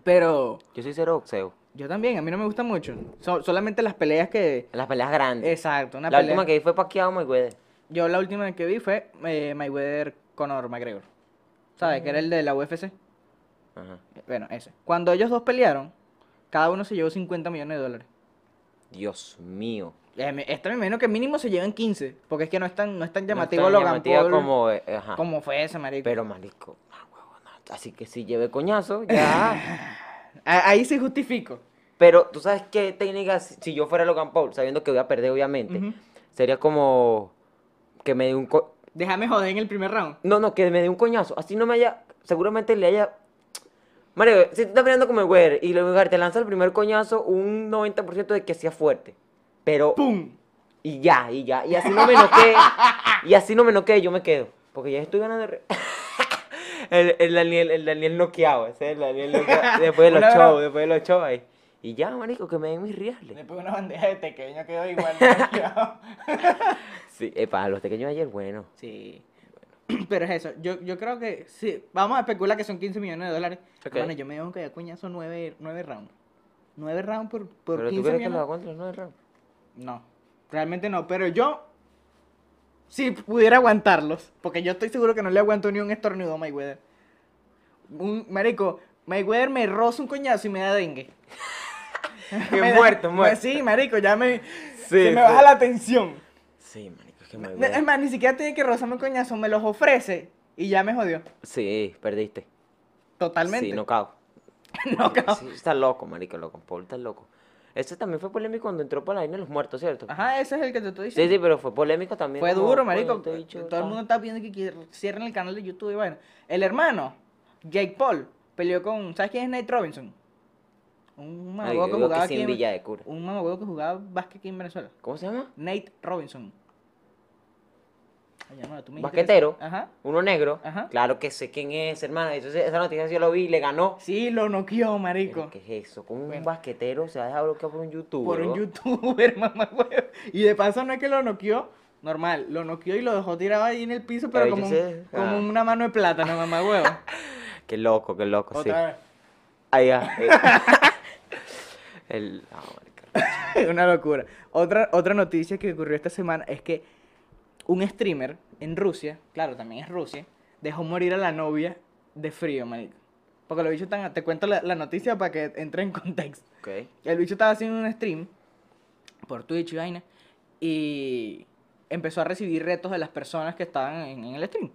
Speaker 3: Pero
Speaker 4: Yo soy cero boxeo.
Speaker 3: yo también, a mí no me gusta mucho. So- solamente las peleas que
Speaker 4: En las peleas grandes.
Speaker 3: Exacto, una
Speaker 4: la
Speaker 3: pelea.
Speaker 4: última que vi fue paqueado Mayweather.
Speaker 3: Yo la última que vi fue eh, Mayweather Conor McGregor. ¿Sabes? Que era el de la UFC.
Speaker 4: Ajá.
Speaker 3: Bueno, ese. Cuando ellos dos pelearon, cada uno se llevó 50 millones de dólares.
Speaker 4: Dios mío.
Speaker 3: Eh, me- Esta me imagino que mínimo se lleven 15, porque es que no es tan, no es tan
Speaker 4: No es
Speaker 3: llamativo
Speaker 4: tan
Speaker 3: Logan
Speaker 4: llamativa
Speaker 3: Paul
Speaker 4: como, eh, ajá.
Speaker 3: como fue ese, marico.
Speaker 4: Pero marico, ah, huevo, no. así que si lleve coñazo, ya.
Speaker 3: A- Ahí sí justifico.
Speaker 4: Pero tú sabes qué técnica, si si yo fuera Logan Paul, sabiendo que voy a perder obviamente,
Speaker 3: Ujú.
Speaker 4: sería como que me dé un co-
Speaker 3: Déjame joder en el primer round.
Speaker 4: no, no, que me dé un coñazo, así no me haya seguramente le haya Mario, si tú estás peleando con Mayweather y luego te lanza el primer coñazo, un 90% de que sea fuerte. Pero
Speaker 3: ¡Pum!
Speaker 4: y ya, y ya, y así no me noqué, y así no me noqué, yo me quedo, porque ya estoy ganando. re- El, el Daniel, el Daniel noqueado, ese es el Daniel noqueado, después de
Speaker 3: Una
Speaker 4: los
Speaker 3: broma.
Speaker 4: shows, después de los shows ahí. Y ya, marico, que me den mis reales.
Speaker 3: Le pego una bandeja de pequeño, quedó igual.
Speaker 4: Sí, eh, para los pequeños ayer, bueno.
Speaker 3: sí. Pero es eso. Yo, yo creo que sí. Vamos a especular que son 15 millones de dólares.
Speaker 4: Ok.
Speaker 3: Bueno, yo me digo que coñazo 9, 9 rounds. 9 rounds por, por
Speaker 4: Pero
Speaker 3: 15
Speaker 4: tú crees que
Speaker 3: millones.
Speaker 4: lo aguantan los nueve rounds.
Speaker 3: No, realmente no, pero yo si pudiera aguantarlos, porque yo estoy seguro que no le aguanto ni un estornudo a Mayweather. Un marico, Mayweather me roza un coñazo y me da dengue.
Speaker 4: Que
Speaker 3: Me da-
Speaker 4: muerto,
Speaker 3: me-
Speaker 4: muerto.
Speaker 3: Sí, marico, ya me
Speaker 4: Sí,
Speaker 3: se me
Speaker 4: sí.
Speaker 3: baja la tensión.
Speaker 4: Sí, marico, es que
Speaker 3: Ne- Es
Speaker 4: Mayweather.
Speaker 3: más, ni siquiera tiene que rozarme un coñazo, me los ofrece y ya me jodió
Speaker 4: Sí, perdiste.
Speaker 3: totalmente.
Speaker 4: Sí, no cao.
Speaker 3: Knockout.
Speaker 4: Sí, está loco, marico, loco. Paul está loco. Ese también fue polémico cuando entró para la vaina de los muertos, ¿cierto?
Speaker 3: Ajá, ese es el que te estoy
Speaker 4: Sí,
Speaker 3: diciendo.
Speaker 4: sí, pero fue polémico también.
Speaker 3: Fue
Speaker 4: como,
Speaker 3: duro,
Speaker 4: coño,
Speaker 3: marico.
Speaker 4: este bicho
Speaker 3: Todo el
Speaker 4: está-
Speaker 3: mundo está pidiendo que quier- cierren el canal de YouTube y bueno. El hermano, Jake Paul, peleó con. ¿Sabes quién es Nate Robinson?
Speaker 4: Ay,
Speaker 3: Un
Speaker 4: yo
Speaker 3: mamagüevo que
Speaker 4: digo que
Speaker 3: jugaba
Speaker 4: sí
Speaker 3: aquí.
Speaker 4: en
Speaker 3: en-
Speaker 4: Villa de Cura.
Speaker 3: Un mamagüevo que jugaba básquet aquí en Venezuela.
Speaker 4: ¿Cómo se llama?
Speaker 3: Nate Robinson. Coño, no, tú me dijiste que sí.
Speaker 4: Basquetero.
Speaker 3: Ajá.
Speaker 4: Uno negro.
Speaker 3: Ajá.
Speaker 4: Claro que sé quién es, hermano. Entonces, esa noticia yo lo vi y le ganó.
Speaker 3: Sí, lo noqueó, marico.
Speaker 4: Pero, ¿Qué es eso? ¿Cómo un
Speaker 3: Bueno.
Speaker 4: basquetero se va a dejar bloquear por un youtuber?
Speaker 3: Por un
Speaker 4: bro?
Speaker 3: youtuber, mamá, huevo. Y de paso no es que lo noqueó, normal, lo noqueó y lo dejó tirado ahí en el piso, pero
Speaker 4: Pero
Speaker 3: como,
Speaker 4: yo
Speaker 3: un-
Speaker 4: sé,
Speaker 3: como
Speaker 4: ah.
Speaker 3: una mano de plátano, mamá, huevo.
Speaker 4: Qué loco, qué loco, sí.
Speaker 3: Otra
Speaker 4: Ahí va. eh. El. ah, marica.
Speaker 3: vez. una locura. Otra, otra noticia que ocurrió esta semana es que un streamer en Rusia, claro, también es Rusia, dejó morir a la novia de frío, marico. Porque lo bicho tan... Te cuento la- la noticia para que entre en contexto.
Speaker 4: Ok.
Speaker 3: El bicho estaba haciendo un stream por Twitch y vaina. Y empezó a recibir retos de las personas que estaban en, en el stream.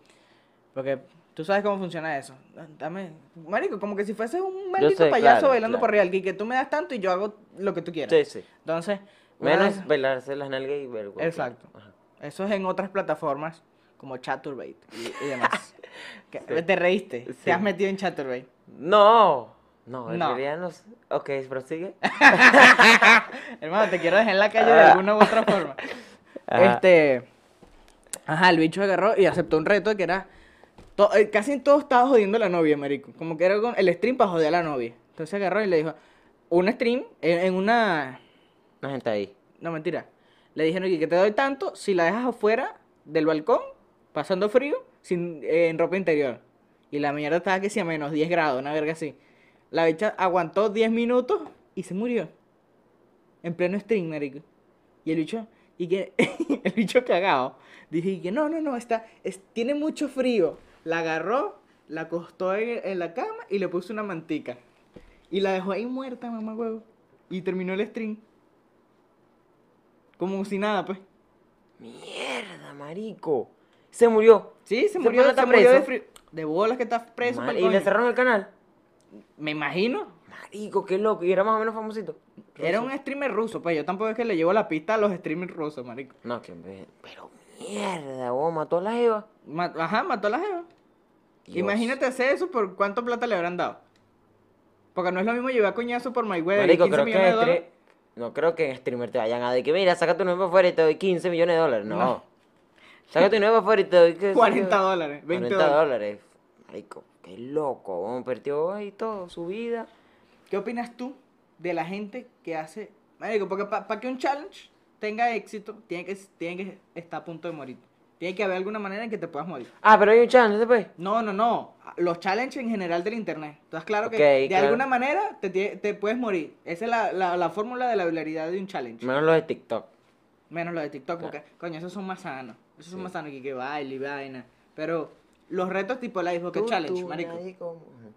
Speaker 3: Porque tú sabes cómo funciona eso. Dame, marico, como que si fuese un maldito
Speaker 4: sé,
Speaker 3: payaso
Speaker 4: claro,
Speaker 3: bailando
Speaker 4: claro.
Speaker 3: por real. Que que tú me das tanto y yo hago lo que tú quieras.
Speaker 4: Sí, sí.
Speaker 3: Entonces, una de
Speaker 4: Menos
Speaker 3: esas-
Speaker 4: bailarse las nalgas y ver. cualquier-
Speaker 3: Exacto.
Speaker 4: Ajá.
Speaker 3: eso es en otras plataformas como Chaturbate y, y demás. Que- Te reíste,
Speaker 4: Sí.
Speaker 3: te has metido en Chaturbate.
Speaker 4: No. No, en
Speaker 3: No.
Speaker 4: realidad no. sé. Ok, prosigue.
Speaker 3: Hermano, te quiero dejar en la calle de alguna u otra forma.
Speaker 4: Ajá.
Speaker 3: Este. Ajá, el bicho agarró y aceptó un reto que era. to- eh, casi en todo estaba jodiendo a la novia, marico. Como que era con el stream para joder a la novia. Entonces agarró y le dijo. Un stream en, en una.
Speaker 4: No, gente ahí.
Speaker 3: No, mentira. Le dijeron "Oye, que te doy tanto si la dejas afuera del balcón, pasando frío, sin, eh, en ropa interior. Y la mierda estaba que si a menos 10 grados, una verga así. La bicha aguantó 10 minutos y se murió. En pleno stream, marico. Y el bicho, y que, el bicho cagado, dije y que no, no, no, está, es- tiene mucho frío. La agarró, la acostó en, en la cama y le puso una mantica. Y la dejó ahí muerta, mamá huevo. Y terminó el stream. Como si nada, pues.
Speaker 4: Mierda, marico. Se murió.
Speaker 3: Sí, se
Speaker 4: Ese
Speaker 3: murió,
Speaker 4: pana
Speaker 3: se
Speaker 4: está
Speaker 3: murió de
Speaker 4: preso.
Speaker 3: frío. De bolas que está preso.
Speaker 4: Mal-
Speaker 3: pa'l
Speaker 4: y
Speaker 3: coño.
Speaker 4: le cerraron el canal.
Speaker 3: Me imagino.
Speaker 4: Marico, qué loco. Y era más o menos famosito.
Speaker 3: Era un streamer ruso, pues yo tampoco es que le llevo la pista a los streamers rusos, marico.
Speaker 4: No, que. me- Pero mierda, vos mató a la Eva.
Speaker 3: Ma- Ajá, mató a la jeva. Imagínate hacer eso por cuánto plata le habrán dado. Porque no es lo mismo llevar coñazo por My Web.
Speaker 4: Marico,
Speaker 3: 15
Speaker 4: creo que
Speaker 3: millones de dólares.
Speaker 4: estre- no creo que en streamer te vayan a decir que mira, saca tu nuevo afuera y te doy 15 millones de dólares. No.
Speaker 3: No.
Speaker 4: Saca tu nuevo afuera y te doy que-
Speaker 3: 40 dólares, 20
Speaker 4: 40 dólares.
Speaker 3: dólares.
Speaker 4: Marico, qué loco. vos, perdió ahí todo, su vida.
Speaker 3: ¿Qué opinas tú de la gente que hace. Marico, porque para que un challenge tenga éxito, tiene que, tiene que estar a punto de morir. Tiene que haber alguna manera en que te puedas morir.
Speaker 4: Ah, pero hay un chance después.
Speaker 3: No, no, no. Los challenges en general del internet. Estás claro
Speaker 4: Ok,
Speaker 3: que de
Speaker 4: claro.
Speaker 3: alguna manera te, tie- te puedes morir. Esa es la, la- la fórmula de la viralidad de un challenge.
Speaker 4: Menos los de TikTok.
Speaker 3: Menos los de TikTok, porque, coño, esos son más sanos. Esos son más sanos que, que baile y vaina. Pero los retos tipo el Ice Bucket
Speaker 4: Tú,
Speaker 3: Challenge,
Speaker 4: tú,
Speaker 3: marico.
Speaker 4: nadie como- Ajá.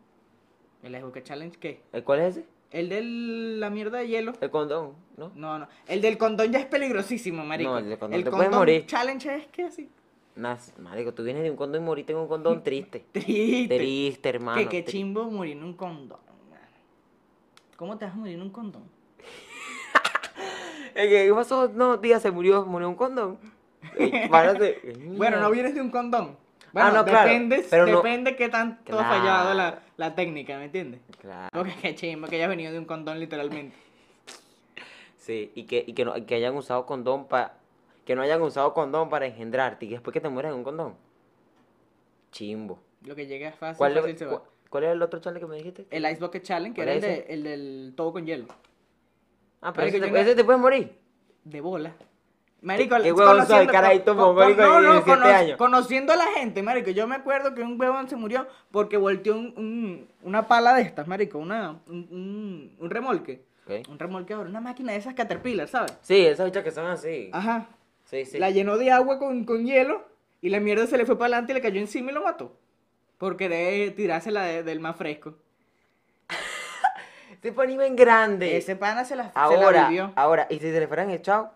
Speaker 3: ¿El Ice Bucket Challenge qué?
Speaker 4: ¿El cuál es ese?
Speaker 3: El de la mierda de hielo.
Speaker 4: El condón, ¿no?
Speaker 3: No, no. El del condón ya es peligrosísimo, marico.
Speaker 4: No, el del condón te puedes morir.
Speaker 3: Challenge es que así.
Speaker 4: Nas- marico, tú vienes de un condón y moriste en un condón triste.
Speaker 3: Triste.
Speaker 4: Triste, hermano.
Speaker 3: que qué
Speaker 4: tri-
Speaker 3: chimbo morir en un condón. mano. ¿Cómo te vas a morir en un condón?
Speaker 4: Eh, ¿Qué pasó? No, tía, se murió, murió un condón. Eh, Párate.
Speaker 3: Bueno,
Speaker 4: Mierda.
Speaker 3: no vienes de un condón. Bueno,
Speaker 4: Ah, no, claro,
Speaker 3: depende,
Speaker 4: pero no-
Speaker 3: depende qué tanto ha fallado
Speaker 4: Claro.
Speaker 3: la, la técnica, ¿me entiendes?
Speaker 4: Claro.
Speaker 3: Porque qué chimbo que hayas venido de un condón literalmente.
Speaker 4: Sí, y que, y que, no, y que hayan usado condón para. Que no hayan usado condón para engendrarte y que después que te mueras en un condón. Chimbo.
Speaker 3: Lo que llega es fácil,
Speaker 4: ¿Cuál,
Speaker 3: fácil se
Speaker 4: es,
Speaker 3: va.
Speaker 4: cu- ¿Cuál era el otro chale que me dijiste?
Speaker 3: El Ice Bucket Challenge, que
Speaker 4: ¿Cuál
Speaker 3: era el,
Speaker 4: es
Speaker 3: de- el del todo con hielo.
Speaker 4: Ah, pero
Speaker 3: Marico,
Speaker 4: ese te,
Speaker 3: yo me-
Speaker 4: ese te puede morir.
Speaker 3: De bola. Marico,
Speaker 4: qué
Speaker 3: es
Speaker 4: huevón soy,
Speaker 3: conociendo-
Speaker 4: caray, tomo, marico,
Speaker 3: no,
Speaker 4: de
Speaker 3: no,
Speaker 4: 17
Speaker 3: cono-
Speaker 4: años.
Speaker 3: conociendo a la gente, marico. Yo me acuerdo que un huevón se murió porque volteó un, un- una pala de estas, marico. Una, un, un, un remolque.
Speaker 4: Ok.
Speaker 3: Un remolqueador, una máquina de esas Caterpillar, ¿sabes?
Speaker 4: Sí, esas bichas que son así.
Speaker 3: Ajá.
Speaker 4: Sí, sí.
Speaker 3: Ah, La llenó de agua con, con hielo y la mierda se le fue para adelante y le cayó encima y lo mató. Por querer tirársela de- del más fresco.
Speaker 4: Tipo anime en grande.
Speaker 3: Ese pana se la, se la
Speaker 4: ahora,
Speaker 3: vivió.
Speaker 4: ahora. Y si se le fueran echado.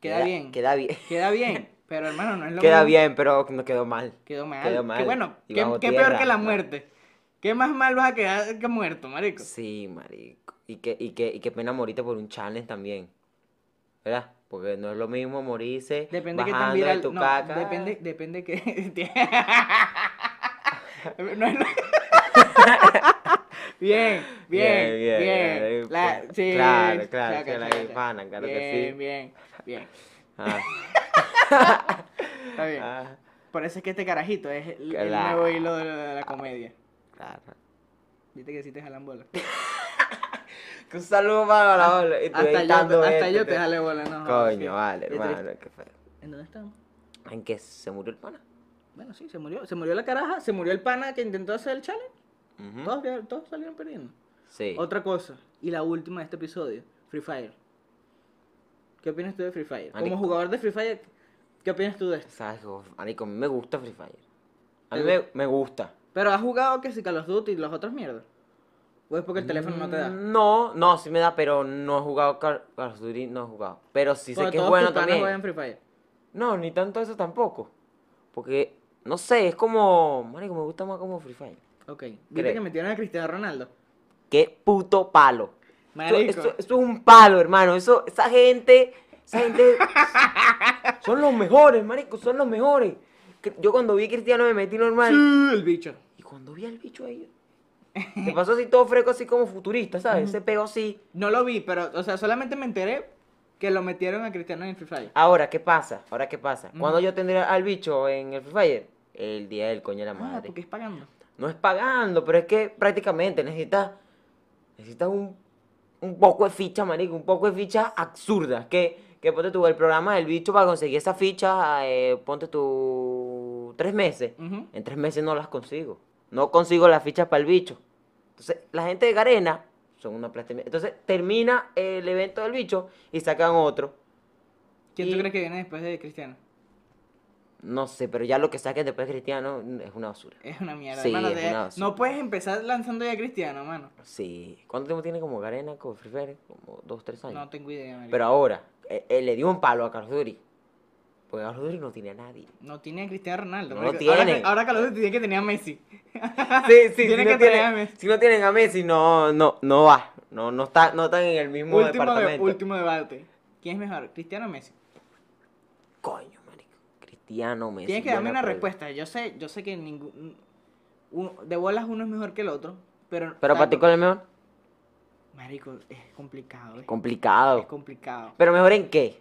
Speaker 3: Queda bien.
Speaker 4: Queda bien.
Speaker 3: Queda bien. Pero hermano, no es lo
Speaker 4: Queda
Speaker 3: mismo.
Speaker 4: bien, pero no quedó mal.
Speaker 3: Quedó mal.
Speaker 4: Quedó
Speaker 3: Qué
Speaker 4: mal.
Speaker 3: bueno,
Speaker 4: Y
Speaker 3: qué,
Speaker 4: bajo
Speaker 3: qué peor
Speaker 4: tierra,
Speaker 3: que la
Speaker 4: ¿no?
Speaker 3: muerte. Qué más mal vas a quedar que muerto, marico.
Speaker 4: Sí, marico. Y que, y que, y que pena morirte por un challenge también. ¿Verdad? Porque no es lo mismo morirse
Speaker 3: Depende que tan
Speaker 4: bajando de
Speaker 3: viral.
Speaker 4: tu
Speaker 3: no,
Speaker 4: caca.
Speaker 3: depende, depende que. No es lo- bien, bien, bien.
Speaker 4: Bien, bien, bien.
Speaker 3: La- sí,
Speaker 4: Claro, claro,
Speaker 3: chaca,
Speaker 4: que la
Speaker 3: chaca.
Speaker 4: hispana, claro que
Speaker 3: bien,
Speaker 4: sí.
Speaker 3: Bien, bien,
Speaker 4: Ah.
Speaker 3: Está bien.
Speaker 4: Ah,
Speaker 3: Por eso es que este carajito es el, el
Speaker 4: Claro.
Speaker 3: nuevo hilo de, la- de la comedia.
Speaker 4: claro.
Speaker 3: Viste que sí te jalan bola.
Speaker 4: Un saludo para la ola. Y tú
Speaker 3: Hasta yo,
Speaker 4: editando
Speaker 3: hasta
Speaker 4: esto,
Speaker 3: yo
Speaker 4: tú-
Speaker 3: te jalé bola, no. joder, sí.
Speaker 4: Coño, vale,
Speaker 3: Qué triste.
Speaker 4: hermano, qué feo.
Speaker 3: ¿En dónde estamos?
Speaker 4: ¿En qué se murió el pana?
Speaker 3: Bueno, sí, se murió. Se murió la caraja, se murió el pana que intentó hacer el challenge.
Speaker 4: Ujú.
Speaker 3: Todos, quedaron- todos salieron perdiendo.
Speaker 4: Sí.
Speaker 3: Otra cosa, y la última de este episodio, Free Fire. ¿Qué opinas tú de Free Fire? Como
Speaker 4: Marico.
Speaker 3: jugador de Free Fire, ¿qué opinas tú de esto?
Speaker 4: ¿Sabes? Go- Marico, a mí me gusta Free Fire. A
Speaker 3: ¿Te
Speaker 4: mí me, me gusta.
Speaker 3: Pero has jugado que si Call of Duty y los otros mierdas. ¿O es porque el teléfono no te da?
Speaker 4: Mm, No, no, sí me da, pero no he jugado Call Call of Duty, no he jugado. Pero sí sé
Speaker 3: Porque
Speaker 4: que es
Speaker 3: todos
Speaker 4: bueno
Speaker 3: tus panas
Speaker 4: también.
Speaker 3: juegan Free Fire.
Speaker 4: No, ni tanto eso tampoco. Porque, no sé, es como. Marico, me gusta más como Free Fire.
Speaker 3: Ok. ¿Viste
Speaker 4: Creo.
Speaker 3: que metieron a Cristiano Ronaldo?
Speaker 4: Qué puto palo. Esto,
Speaker 3: Marico.
Speaker 4: esto- esto es un palo, hermano. Eso, esa gente. Esa gente. son los mejores, marico. Son los mejores. Que- Yo cuando vi a Cristiano me metí normal.
Speaker 3: Sí, el bicho.
Speaker 4: Y cuando vi al bicho ahí. Te pasó así todo fresco, así como futurista, ¿sabes? Se pegó así.
Speaker 3: No lo vi, pero, o sea, solamente me enteré que lo metieron a Cristiano en Free Fire.
Speaker 4: Ahora, ¿qué pasa? Ahora, ¿qué pasa? Cuando yo tendré al bicho en el Free Fire? El día del coño de la
Speaker 3: Ah,
Speaker 4: madre.
Speaker 3: porque es pagando.
Speaker 4: No es pagando, pero es que prácticamente necesitas necesitas un, un poco de ficha, marico, un poco de fichas absurdas. Que, que ponte tú el programa del bicho para conseguir esa ficha, eh, ponte tú tres meses.
Speaker 3: Ujú.
Speaker 4: En tres meses no las consigo. No consigo las fichas para el bicho. Entonces, la gente de Garena son una plata. Entonces, termina el evento del bicho y sacan otro.
Speaker 3: ¿Quién tú
Speaker 4: Y-
Speaker 3: crees que viene después de Cristiano?
Speaker 4: No sé, pero ya lo que saquen después de Cristiano es una basura.
Speaker 3: Es una mierda,
Speaker 4: Sí,
Speaker 3: hermano,
Speaker 4: es
Speaker 3: te-
Speaker 4: una basura.
Speaker 3: no puedes empezar lanzando ya a Cristiano, mano.
Speaker 4: Sí. ¿Cuánto tiempo tiene como Garena con Free Fire? Como dos, tres años.
Speaker 3: No tengo idea, marico.
Speaker 4: Pero ahora, eh, eh, le dio un palo a Carlos Duri. Porque Carlos Duri no tiene a nadie.
Speaker 3: No tiene a Cristiano Ronaldo.
Speaker 4: No lo
Speaker 3: marico. Ahora que-
Speaker 4: tiene.
Speaker 3: Ahora, Call of Duty tiene que tener a Messi.
Speaker 4: Sí, sí,
Speaker 3: Tiene
Speaker 4: si,
Speaker 3: que
Speaker 4: no
Speaker 3: tener a
Speaker 4: tienen,
Speaker 3: Messi.
Speaker 4: si no tienen a Messi, no, no, no va. No, no, está, no están en el mismo
Speaker 3: Último, de-
Speaker 4: departamento.
Speaker 3: último debate. ¿Quién es mejor, Cristiano o Messi?
Speaker 4: Coño, marico. Cristiano Messi.
Speaker 3: Tienes que darme
Speaker 4: buena
Speaker 3: una
Speaker 4: pregunta.
Speaker 3: respuesta. Yo sé, yo sé que ningún un- de bolas uno es mejor que el otro, pero
Speaker 4: Pero para ti,
Speaker 3: tanto-
Speaker 4: ¿cuál es mejor?
Speaker 3: marico es complicado, es,
Speaker 4: Complicado.
Speaker 3: es complicado.
Speaker 4: Pero mejor en qué?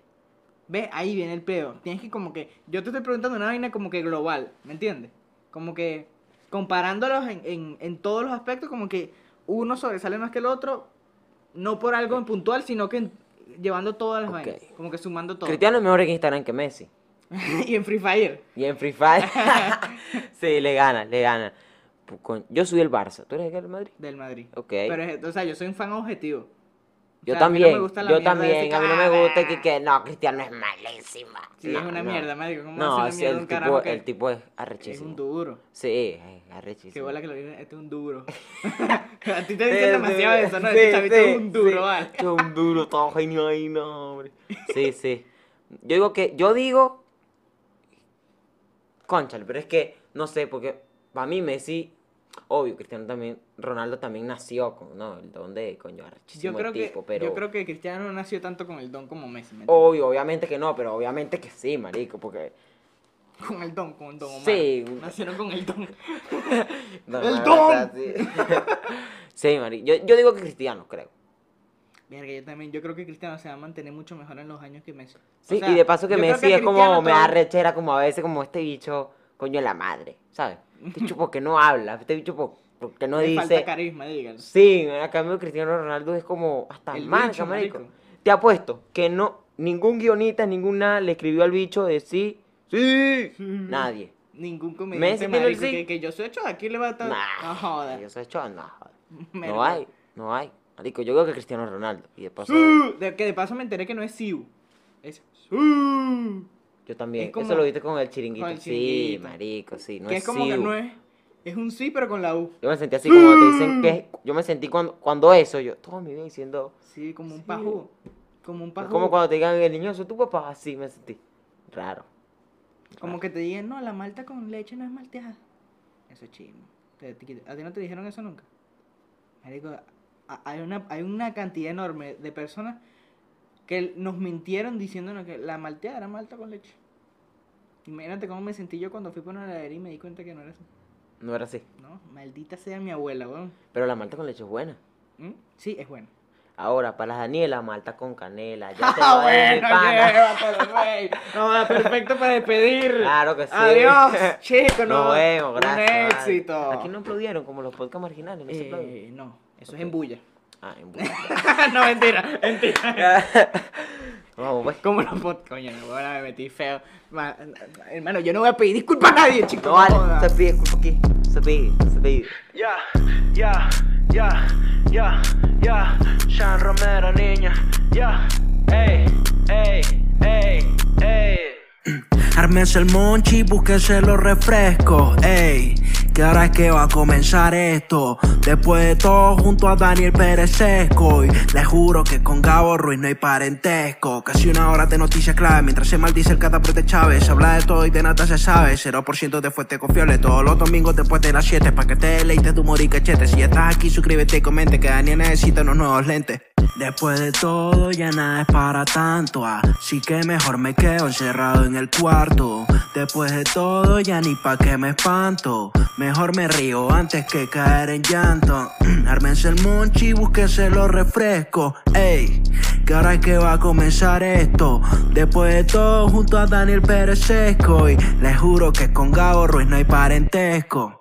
Speaker 3: Ve, ahí viene el pedo. Tienes que como que yo te estoy preguntando una vaina como que global, ¿me entiendes? Como que comparándolos en, en, en todos los aspectos, como que uno sobresale más que el otro, no por algo en puntual, sino que en- llevando todas las
Speaker 4: Ok.
Speaker 3: vainas, como que sumando todo.
Speaker 4: Cristiano es mejor en Instagram que Messi.
Speaker 3: y en Free Fire.
Speaker 4: Y en Free Fire. sí, le gana, le gana. Pu- coño, Yo soy del Barça. ¿Tú eres del Real Madrid?
Speaker 3: Del Madrid.
Speaker 4: Ok.
Speaker 3: Pero, es- o sea, yo soy un fan objetivo. O
Speaker 4: Yo
Speaker 3: sea, a mí no
Speaker 4: también,
Speaker 3: me gusta la
Speaker 4: yo
Speaker 3: mierda de
Speaker 4: también,
Speaker 3: ese
Speaker 4: a mí no me gusta que,
Speaker 3: cara.
Speaker 4: que- no, Cristiano es malísima.
Speaker 3: Sí, es una mierda, marico, ¿cómo
Speaker 4: no,
Speaker 3: va a ser una
Speaker 4: sí,
Speaker 3: mierda
Speaker 4: el
Speaker 3: un
Speaker 4: tipo,
Speaker 3: carajo que-
Speaker 4: el tipo es
Speaker 3: Es
Speaker 4: arrechísimo.
Speaker 3: un duro.
Speaker 4: sí, es arrechísimo.
Speaker 3: Qué bola que lo digan, este es un duro. a ti te dicen demasiado eso, ¿no? Este
Speaker 4: Sí,
Speaker 3: chavito
Speaker 4: sí,
Speaker 3: es un duro,
Speaker 4: sí.
Speaker 3: vale.
Speaker 4: Es un duro, todo genio ahí, no, hombre. Sí, sí. Yo digo que, yo digo, conchal, pero es que, no sé, porque para mí Messi, obvio, Cristiano también, Ronaldo también nació con, no, el don de, coño,
Speaker 3: Yo
Speaker 4: arrechísimo
Speaker 3: creo, que,
Speaker 4: tipo, pero... Oh.
Speaker 3: yo creo que Cristiano no nació tanto con el don como Messi. ¿me entiendes?
Speaker 4: Obvio, obviamente que no, pero obviamente que sí, marico, porque...
Speaker 3: Con el don, con el don. Omar.
Speaker 4: Sí.
Speaker 3: Nacieron con el don.
Speaker 4: No,
Speaker 3: ¡El
Speaker 4: no,
Speaker 3: don!
Speaker 4: o sea, sí. sí, marico. Yo, yo digo que cristiano, creo.
Speaker 3: Verga, yo también. Yo creo que Cristiano se va a mantener mucho mejor en los años que Messi. O
Speaker 4: Sí,
Speaker 3: sea,
Speaker 4: y de paso que
Speaker 3: yo creo
Speaker 4: Messi es como...
Speaker 3: Cristiano
Speaker 4: Me da
Speaker 3: todavía-
Speaker 4: rechera como a veces como este bicho, coño, la madre, ¿sabes? Este bicho porque no habla, este bicho por- porque no
Speaker 3: le
Speaker 4: dice...
Speaker 3: falta carisma, díganlo.
Speaker 4: Sí, a cambio Cristiano Ronaldo es como hasta
Speaker 3: El
Speaker 4: marca,
Speaker 3: bicho,
Speaker 4: marico.
Speaker 3: marico.
Speaker 4: Te apuesto que no, ningún guionista, ninguna le escribió al bicho de sí, sí, nadie.
Speaker 3: Ningún comediante
Speaker 4: tiene el
Speaker 3: marico,
Speaker 4: sí.
Speaker 3: que, que yo soy hecho aquí le va a estar.
Speaker 4: Nah,
Speaker 3: no joda.
Speaker 4: Yo soy chon, no joda. No
Speaker 3: Verga.
Speaker 4: hay, no hay. Marico, yo creo que Cristiano Ronaldo. Y de paso,
Speaker 3: Su- De, que de paso me enteré que no es Siu. Es Su.
Speaker 4: yo también.
Speaker 3: Es como-
Speaker 4: Eso lo viste con el chiringuito.
Speaker 3: con el
Speaker 4: Sí,
Speaker 3: chiringuito.
Speaker 4: marico, sí. No
Speaker 3: que es,
Speaker 4: es
Speaker 3: como que
Speaker 4: Siu.
Speaker 3: no es. Es un sí, pero con la U.
Speaker 4: Yo me sentí así como te dicen que Yo me sentí cuando, cuando eso, yo toda mi vida diciendo.
Speaker 3: Sí, como un
Speaker 4: Sí.
Speaker 3: pajú. Como un
Speaker 4: Es
Speaker 3: pajú.
Speaker 4: como cuando te digan el niño, soy tu papá. Así me sentí. Raro.
Speaker 3: Como que te digan, no, la malta con leche no es malteada. Eso es chismo. Te- te quita- A ti no te dijeron eso nunca. Marico, a- hay una, hay una cantidad enorme de personas que nos mintieron diciéndonos que la malteada era malta con leche. Imagínate cómo me sentí yo cuando fui por una heladería y me di cuenta que no era eso.
Speaker 4: No era así.
Speaker 3: No, maldita sea mi abuela, weón.
Speaker 4: Pero la malta con leche es buena.
Speaker 3: ¿Mm? Sí, es bueno.
Speaker 4: Ahora, para las Daniela, malta con canela. Ya te
Speaker 3: Ah,
Speaker 4: lo dije,
Speaker 3: bueno,
Speaker 4: pana.
Speaker 3: llévatelo, güey. No, va, perfecto para despedir.
Speaker 4: Claro que sí.
Speaker 3: Adiós, chicos.
Speaker 4: Nos
Speaker 3: no.
Speaker 4: vemos, gracias.
Speaker 3: Un
Speaker 4: vale.
Speaker 3: éxito.
Speaker 4: Aquí no aplaudieron como los podcasts marginales, no se aplauden.
Speaker 3: Eh, no, eso es en bulla.
Speaker 4: Ah, en bulla.
Speaker 3: no, mentira, mentira.
Speaker 4: Vamos, pues.
Speaker 3: ¿Cómo lo pot? Coño, no, ahora me metí feo. Ma- hermano, yo no voy a pedir disculpas a nadie, chicos.
Speaker 4: No vale,
Speaker 3: jodas.
Speaker 4: se pide, disculpa aquí. Se pide, se pide.
Speaker 1: Ya, ya, ya, ya, ya, Sean Romero, niña. Ya, ey, ey, ey, ey.
Speaker 2: Ármese el monchi, búsquese los refrescos, ey. Que ahora es que va a comenzar esto. Después de todo, junto a Daniel Pérez Sesco. Y les juro que con Gabo Ruiz no hay parentesco. Casi una hora de noticias clave mientras se maldice el cadáver de Chávez. Se habla de todo y de nada se sabe. 0% de fuente confiable. Todos los domingos después de las 7. Pa' que te deleites tu humor y cachete. Si ya estás aquí, suscríbete y comente que Daniel necesita unos nuevos lentes. Después de todo ya nada es para tanto, así que mejor me quedo encerrado en el cuarto. Después de todo ya ni pa' que me espanto, mejor me río antes que caer en llanto. Ármense el monchi, búsquese los refrescos, ey, que ahora es que va a comenzar esto. Después de todo junto a Daniel Pérez Sesco y les juro que con Gabo Ruiz no hay parentesco.